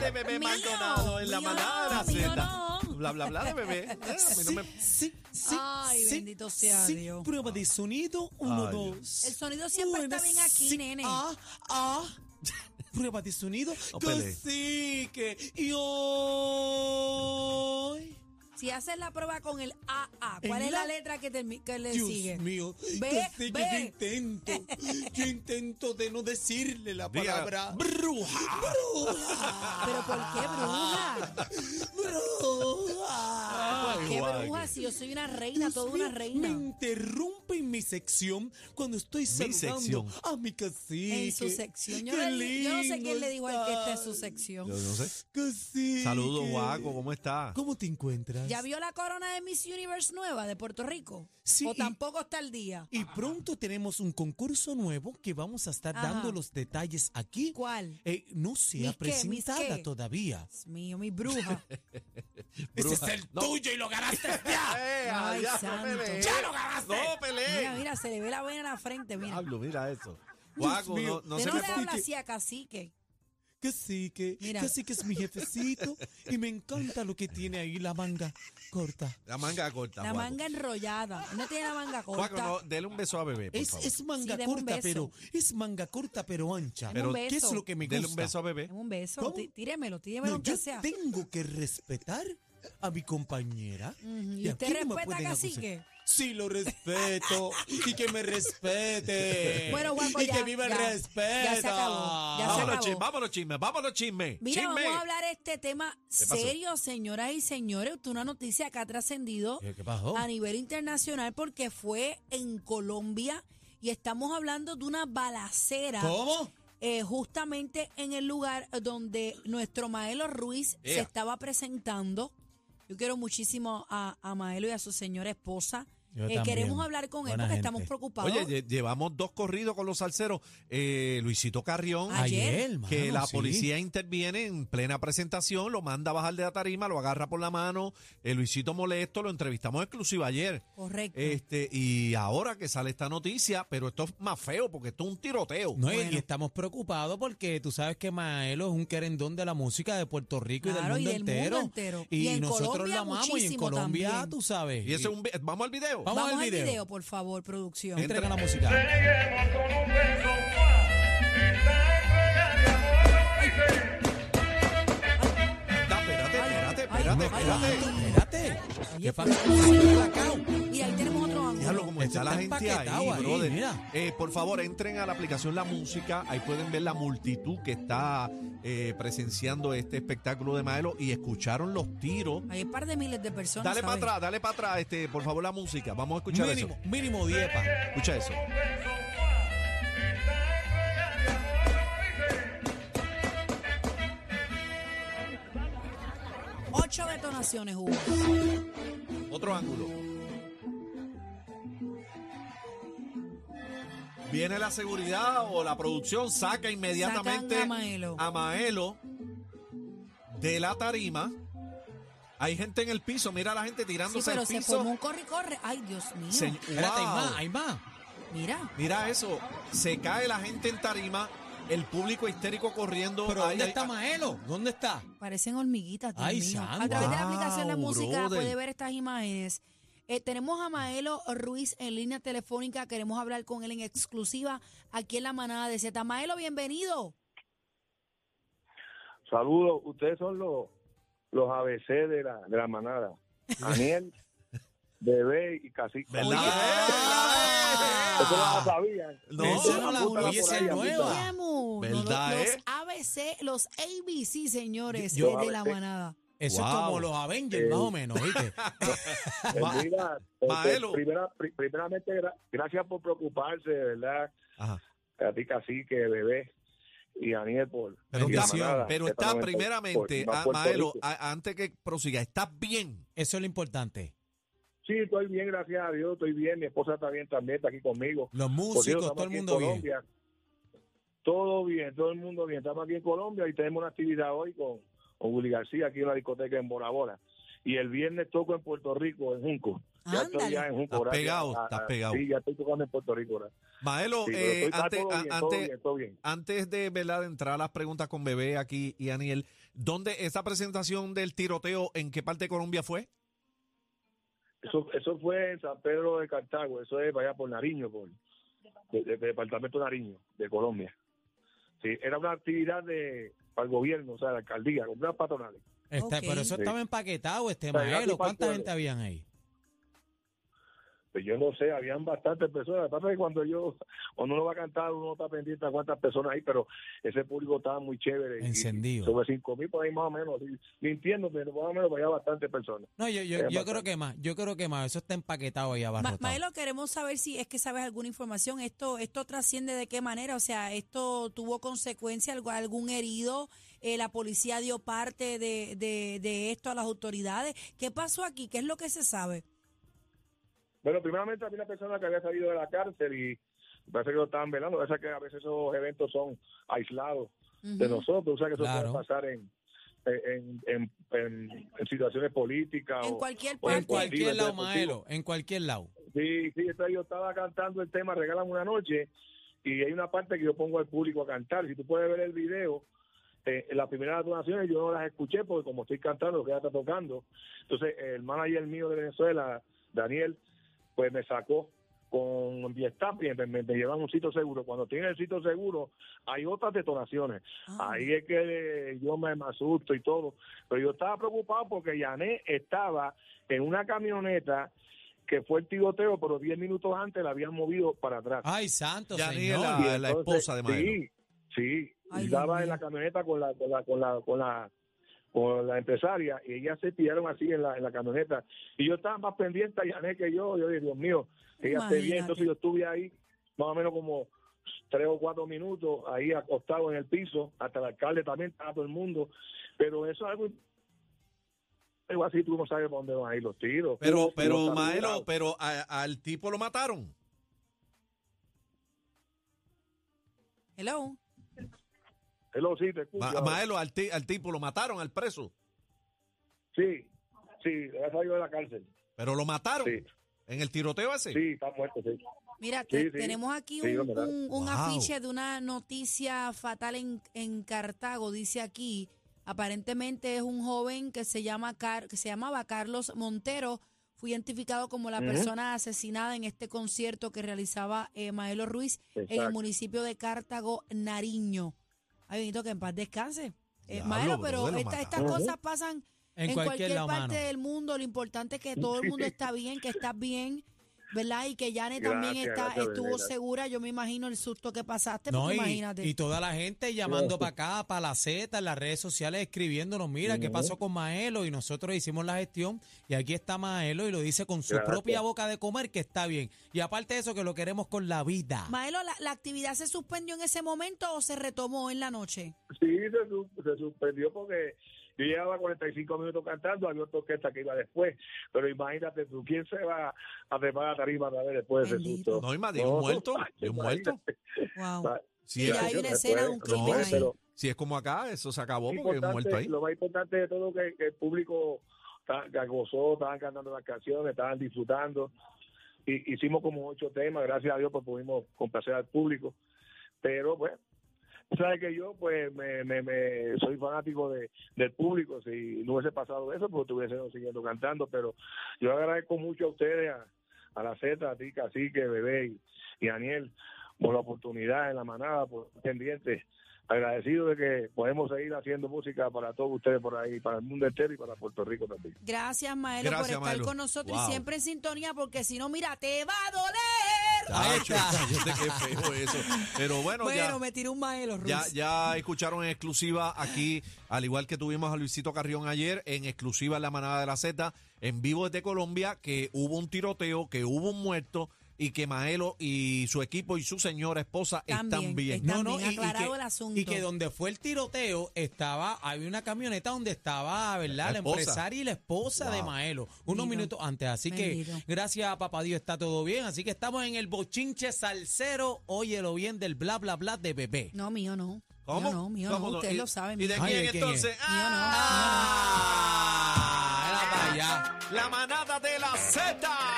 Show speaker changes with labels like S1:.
S1: de bebé
S2: Mío,
S1: Maldonado en la
S2: mío
S1: manada
S2: no,
S1: de
S2: mío
S1: la
S2: no.
S1: Z. Bla, bla, bla de bebé. Eh, a mí no me-
S3: Sí, sí,
S2: Ay,
S3: sí,
S2: bendito sea
S3: sí.
S2: Dios.
S3: Prueba de sonido, uno,
S1: Ay, Dios.
S3: dos.
S2: El sonido siempre está bien aquí,
S3: sí,
S2: nene.
S3: Ah, ah. Prueba de sonido,
S1: No pelees.
S3: cacique. Y hoy...
S2: Si haces la prueba con el AA, ¿cuál
S3: En
S2: es la
S3: la-
S2: letra que, te- que le
S3: Dios
S2: sigue?
S3: mío,
S2: Ve,
S3: yo sé que yo
S2: ve.
S3: intento, yo intento de no decirle la
S1: Diga.
S3: palabra bruja.
S2: ¿Pero por qué
S3: Ah,
S2: bruja?
S3: Bruja. Ah.
S1: Ay,
S2: ¿Por qué
S1: guau,
S2: bruja?
S1: qué-
S2: Si yo soy una reina,
S3: Dios
S2: toda
S3: mío,
S2: una reina.
S3: Me interrumpen mi sección cuando estoy saludando
S1: sección.
S3: a mi cacique.
S2: En su sección. Yo,
S3: Qué
S2: no le- yo no sé
S3: lindo
S2: quién le dijo al que esta es su
S1: Yo
S3: estás.
S2: sección.
S1: no sé.
S3: Cacique.
S1: Saludos, Guaco, ¿cómo está?
S3: ¿Cómo te encuentras?
S2: ¿Ya vio la corona de Miss Universe nueva de Puerto Rico?
S3: Sí,
S2: ¿O
S3: y-
S2: tampoco está al día?
S3: Y pronto tenemos un concurso nuevo que vamos a estar
S2: Ajá.
S3: dando los detalles aquí.
S2: ¿Cuál?
S3: Eh, no se ha
S2: ¿Mis qué? ¿Mis
S3: presentada
S2: qué?
S3: todavía.
S2: Dios mío, mi bruja.
S3: Ese
S1: Bruja.
S3: es el
S1: No.
S3: tuyo y lo ganaste ya.
S1: Eh,
S2: Ay,
S1: ya,
S2: santo.
S1: no pelees.
S3: Ya lo ganaste.
S1: No
S2: Mira,
S1: pelees.
S2: mira, se le ve la vena en la frente,
S3: Ah,
S2: mira.
S1: Pablo, mira eso. Guaco, no,
S3: mío.
S1: no
S2: Usted
S1: sé qué
S2: no, le
S3: fue-
S2: habla así a cacique.
S3: Cacique,
S2: Mira.
S3: cacique es mi jefecito y me encanta lo que tiene ahí la manga corta.
S1: La manga corta.
S2: La
S1: Guaco.
S2: manga enrollada. No tiene la manga
S1: Guaco,
S2: corta.
S1: no, dele un beso a bebé. Por
S3: Es,
S1: favor.
S3: es manga
S2: Sí, deme un
S3: corta,
S2: beso.
S3: pero es manga corta pero ancha.
S2: Deme un
S3: ¿Qué es
S2: beso.
S3: lo que me gusta?
S1: Dele un beso a bebé.
S2: Dame un beso.
S3: ¿Cómo?
S2: Tí- Tíremelo, tíremelo
S3: No,
S2: aunque
S3: yo
S2: sea.
S3: tengo que respetar a mi compañera.
S2: Ujú, ¿y
S3: a
S2: usted
S3: mí no me
S2: respeta,
S3: pueden abusar.
S2: cacique?
S3: Sí, lo respeto. y que me respete.
S2: Bueno, guapo,
S3: Y
S2: ya,
S3: que viva el
S2: ya, ya
S3: respeto.
S2: se acabó, ya se
S1: Vámonos,
S2: acabó.
S1: chisme, vámonos, chisme, vámonos, chisme.
S2: Mira,
S1: chisme.
S2: vamos a hablar de este tema
S1: pasó?
S2: serio, señoras y señores. Esto es una noticia que ha trascendido
S3: ¿Qué- ¿Qué pasó?
S2: a nivel internacional porque fue en Colombia y estamos hablando de una balacera
S3: ¿Cómo?
S2: eh, justamente en el lugar donde nuestro Maelo Ruiz se
S1: Ea.
S2: estaba presentando. Yo quiero muchísimo a, a Maelo y a su señora esposa.
S3: Yo
S2: Eh,
S3: también.
S2: queremos hablar con él
S3: Buena
S2: porque
S3: gente.
S2: estamos preocupados.
S1: Oye, lle- llevamos dos corridos con los salseros. Eh, Luisito Carrión.
S2: Ay, Ayer,
S1: que
S3: mano,
S1: la
S3: sí.
S1: policía interviene en plena presentación, lo manda a bajar de la tarima, lo agarra por la mano, el Luisito molesto, lo entrevistamos exclusiva ayer.
S2: Correcto.
S3: eh,
S1: Este, y ahora que sale esta noticia, pero esto es más feo porque esto es un tiroteo.
S3: No, y-
S2: Bueno.
S3: y estamos preocupados porque tú sabes que Maelo es un querendón de la música de Puerto Rico
S2: Claro,
S3: y del mundo,
S2: y del mundo
S3: entero,
S2: entero.
S3: Y,
S2: Y en
S3: nosotros
S2: Colombia
S3: lo amamos y en
S2: muchísimo
S3: Colombia,
S2: también.
S3: tú sabes.
S1: Y ese es un vi- vamos al video.
S3: Vamos al video.
S2: por favor, producción.
S3: Entrega la música.
S4: Lleguemos con un beso más. Esta entrega de amor lo hice.
S1: Está, espérate, espérate, espérate,
S2: ay,
S1: espérate.
S3: Espérate. ¿Qué pasa?
S2: Y ahí tenemos otro ángulo.
S1: Diablo, como
S3: Esto
S1: está la
S3: Este está
S1: gente ahí,
S3: empaquetado ahí,
S1: brother.
S3: mira.
S1: Eh, por favor, entren a la aplicación La Música. Ahí pueden ver la multitud que está eh, presenciando este espectáculo de Maelo y escucharon los tiros.
S2: Hay un par de miles de personas.
S1: Dale para
S2: ¿sabes?
S1: atrás, dale para atrás, este, por favor, la música. Vamos a escuchar
S3: Mínimo,
S1: eso.
S3: mínimo diepa.
S1: Escucha eso.
S2: Ocho detonaciones hubo.
S1: Otro ángulo. Viene la seguridad o la producción, saca inmediatamente
S2: Sacan a Maelo.
S1: a Maelo de la tarima. Hay gente en el piso, mira a la gente
S2: Sí,
S1: tirándose
S2: pero
S1: al
S2: se
S1: piso.
S2: formó un corre y corre. Ay, Dios mío.
S1: Se-
S3: Espérate, hay
S1: ¡Wow!
S3: más, hay más.
S2: Mira.
S1: Mira eso, se cae la gente en tarima, el público histérico corriendo.
S3: Pero
S1: Ay,
S3: ¿dónde
S1: ay,
S3: está
S1: ay.
S3: Maelo? ¿Dónde está?
S2: Parecen hormiguitas, Dios
S3: Ay,
S2: mío.
S3: santo.
S2: A través de la
S1: Wow,
S2: aplicación La Música
S1: brother.
S2: puede ver estas imágenes. Eh, tenemos a Maelo Ruiz en línea telefónica. Queremos hablar con él en exclusiva aquí en la manada de Z. Maelo, bienvenido.
S5: Saludos, ustedes son los, los ABC de la, de la manada. Daniel, Bebé y Cacique.
S1: ¿Verdad?
S5: Eso no lo sabían.
S1: No,
S3: Esa no la-
S5: Apúntala
S3: oye,
S5: por
S3: esa
S5: ahí,
S3: es
S5: apúntala.
S3: nueva.
S2: Llamo, no,
S1: ¿Verdad,
S2: los,
S1: eh?
S2: los ABC, los ABC, señores,
S5: Yo- yo-
S2: de la
S5: ABC.
S2: manada.
S3: Eso es
S1: Wow.
S3: como los Avengers,
S5: Eh.
S3: más o menos, ¿viste?
S5: Eh,
S1: Ma-
S5: mira, este,
S1: Maelo.
S5: primera- pri- primeramente, gra- gracias por preocuparse, de verdad.
S1: Ajá.
S5: A ti, Cacique, Bebé y Daniel por.
S1: Pero
S5: y la
S1: está,
S5: manada,
S1: pero
S5: que
S1: está
S5: estamos en-
S1: primeramente,
S5: por-
S1: ah,
S5: más Puerto
S1: Maelo,
S5: Rico.
S1: a- antes que prosiga, estás bien.
S3: Eso es lo importante.
S5: Sí, estoy bien, gracias a Dios, estoy bien. Mi esposa está bien también, está aquí conmigo.
S3: Los
S5: Por Dios,
S3: músicos,
S5: Pues estamos
S3: todo el
S5: aquí en
S3: mundo bien.
S5: Colombia. Todo bien, todo el mundo bien. Estamos aquí en Colombia y tenemos una actividad hoy con, con Willy García aquí en la discoteca en Bora Bora. Y el viernes toco en Puerto Rico, en Junco. Ya estoy ya
S2: Ándale.
S5: en Junco.
S1: Estás
S5: ahora, ya-
S1: pegado,
S5: ah,
S1: estás
S5: ah,
S1: pegado.
S5: Sí, ya estoy tocando en Puerto Rico. ahora.
S1: Maelo,
S5: Sí, pero
S1: eh,
S5: estoy- está
S1: antes,
S5: todo
S1: a-
S5: bien, todo
S1: antes,
S5: bien, todo bien.
S1: antes de, ¿verdad? de entrar a las preguntas con Bebé aquí y Aniel, ¿dónde esa presentación del tiroteo, en qué parte de Colombia fue?
S5: Eso, eso fue en San Pedro de Cartago, eso es para allá por Nariño, por de- de- de departamento Nariño, de Colombia. Sí, era una actividad de para el gobierno, o sea, la alcaldía, comprar patronales.
S3: Está-
S2: Ok.
S3: Pero eso
S5: Sí.
S3: estaba empaquetado, este
S5: Está llegando
S3: Maelo.
S5: y para el
S3: ¿Cuánta
S5: pueblo.
S3: gente habían ahí?
S5: Pues yo no sé, habían bastantes personas. Lo que pasa es que cuando yo, cuando uno va a cantar, uno está pendiente a cuántas personas hay, pero ese público estaba muy chévere. y-
S3: Encendido.
S5: Sobre cinco mil por ahí más o menos, así, mintiendo, pero más o menos había bastantes personas.
S3: No, yo, yo,
S5: Era
S3: yo
S5: bastante.
S3: creo que más, yo creo que más, eso está empaquetado ahí
S2: Ma-
S3: abajo.
S2: Maelo, queremos saber si es que sabes alguna información. Esto, esto trasciende de qué manera, o sea, esto tuvo consecuencia, algo- algún herido, Eh, la policía dio parte de, de- de esto a las autoridades. ¿Qué pasó aquí? ¿Qué es lo que se sabe?
S5: Bueno, primeramente había una persona que había salido de la cárcel y parece que lo estaban velando. Parece que a veces esos eventos son aislados de
S2: Ujú.
S5: nosotros. O sea, que eso
S3: Claro.
S5: puede pasar en, en, en, en- en situaciones políticas.
S2: En
S5: o-
S2: cualquier
S5: o
S3: En
S2: parte.
S3: cualquier lado,
S5: deportivo.
S3: Maelo, en cualquier lado.
S5: Sí, sí, entonces yo estaba cantando el tema Regalan una noche y hay una parte que yo pongo al público a cantar. Si tú puedes ver el video, eh, las primeras donaciones yo no las escuché porque como estoy cantando, lo que ella está tocando. Entonces el manager mío de Venezuela, Daniel, pues me sacó con mi estampia y me, me- me llevan a un sitio seguro. Cuando tienen el sitio seguro, hay otras detonaciones.
S2: Ah.
S5: Ahí es que eh, yo me, me asusto y todo. Pero yo estaba preocupado porque Yané estaba en una camioneta que fue el tiroteo, pero 10 minutos antes la habían movido para atrás.
S3: Ay, santo
S1: Yanira,
S3: señor.
S1: la- la esposa de Maelo.
S5: Sí, sí.
S2: Ay,
S5: estaba
S2: Dios
S5: en la
S2: mío.
S5: camioneta con la, con la, con la, con la con la empresaria y ellas se tiraron así en la, en la camioneta y yo estaba más pendiente a Yané que yo, yo dije, Dios mío, que ella esté bien,
S2: Imagínate.
S5: entonces yo estuve ahí más o menos como tres o cuatro minutos ahí acostado en el piso, hasta el alcalde también, estaba todo el mundo, pero eso es algo algo así tú no sabes para dónde van a ir los tiros.
S1: Pero,
S5: Tú no
S1: pero
S5: sabes
S1: Maelo,
S5: nada.
S1: pero a- al tipo lo mataron.
S2: Hello.
S5: Hello, sí, te escucho.
S1: Ma- Maelo, al, ti- al tipo lo mataron, al preso.
S5: Sí, sí, ya salió de la cárcel.
S1: Pero lo mataron
S5: Sí,
S1: en el tiroteo ese.
S5: sí, está muerto, sí.
S2: Mira,
S5: Sí,
S2: te-
S5: sí.
S2: tenemos aquí
S5: Sí,
S2: un,
S5: lo que da.
S2: un- un
S1: Wow.
S2: afiche de una noticia fatal en, en Cartago, dice aquí. Aparentemente es un joven que se llama Car- que se llamaba Carlos Montero. Fue identificado como la
S5: Ujú.
S2: persona asesinada en este concierto que realizaba eh, Maelo Ruiz en el
S5: Exacto.
S2: municipio de Cartago, Nariño. Ay, Benito, que en paz descanse. Eh,
S1: Diablo,
S2: Maelo, pero
S1: brother, lo
S2: esta- estas
S5: mataron.
S2: cosas pasan en, cualquier, parte del mundo. Lo importante es que todo el mundo está bien, que estás bien, ¿verdad? Y que Yane también
S5: Gracias,
S2: está,
S5: gracias,
S2: estuvo
S5: Belén.
S2: segura. Yo me imagino el susto que pasaste,
S3: No,
S2: porque
S3: y,
S2: imagínate.
S3: y toda la gente llamando para acá, para la Z, en las redes sociales, escribiéndonos, mira, ¿qué pasó con Maelo? Y nosotros hicimos la gestión y aquí está Maelo y lo dice con su
S5: Gracias.
S3: propia boca de comer que está bien. Y aparte de eso, que lo queremos con la vida.
S2: Maelo, ¿la, la actividad se suspendió en ese momento o se retomó en la noche?
S5: Sí, se, su- se suspendió porque yo llevaba 45 minutos cantando, había otra orquesta que iba después, pero imagínate tú, ¿quién se va a preparar la tarima a ver después de ese
S2: Bendito.
S5: susto?
S1: No, Ima, dio un muerto, dio un
S5: imagínate.
S1: muerto.
S2: Wow.
S5: Vale.
S1: Si
S2: Y
S1: es,
S2: ya hay
S5: Sí,
S2: una
S5: se
S2: escena de
S5: puede,
S2: un
S5: se
S2: crimen
S5: puede,
S2: ahí.
S5: pero
S1: si es como acá, eso se acabó porque es un muerto
S5: importante-
S1: ahí.
S5: Lo más importante de todo que, que el público ta- que gozó, estaban cantando las canciones, estaban disfrutando. Y, hicimos como ocho temas, gracias a Dios, pues pudimos complacer al público. Pero, pues, sabes que yo, pues, me, me- me- soy fanático de, del público. Si no hubiese pasado eso, pues estuviese siguiendo cantando. Pero yo agradezco mucho a ustedes, a, a la Z, a ti, Cacique, Bebé y, y Daniel, por la oportunidad en la manada, por estar pendientes agradecido de que podemos seguir haciendo música para todos ustedes por ahí, para el mundo entero y para Puerto Rico también.
S2: Gracias, Maelo, por
S1: Gracias,
S2: estar
S1: Maelo.
S2: con nosotros
S1: Wow.
S2: y siempre en sintonía, porque si no, mira, te va a doler.
S1: Tacho,
S3: Ahí está.
S1: cállate, qué feo eso. Pero bueno,
S2: Bueno,
S1: ya.
S2: me tiró un Maelo, Ruiz.
S1: Ya, ya escucharon en exclusiva aquí, al igual que tuvimos a Luisito Carrión ayer, en exclusiva en la manada de la Z, en vivo desde Colombia, que hubo un tiroteo, que hubo un muerto y que Maelo y su equipo y su señora esposa
S2: También,
S1: están bien.
S2: están- también aclarado el asunto.
S3: y que donde fue el tiroteo estaba, había una camioneta donde estaba, ¿verdad?
S1: La
S3: La,
S1: esposa.
S3: empresaria y la esposa de
S1: Wow.
S3: Maelo, unos
S2: Bendito.
S3: minutos antes. Así
S2: Bendito.
S3: que gracias a Papá Dios está todo bien. Así que estamos en el bochinche salsero, óyelo bien del bla bla bla de bebé.
S2: No, mío no.
S1: ¿Cómo?
S2: Mío no, mío
S1: ¿Cómo
S2: no. Ustedes
S1: ¿Y-
S2: lo saben.
S1: ¿Y de
S2: mío no.
S3: Ay,
S1: quién
S3: ¿de quién es?
S1: entonces?
S2: Mío no, mío no.
S1: ¡Ah! Era para allá. la manada de la Z.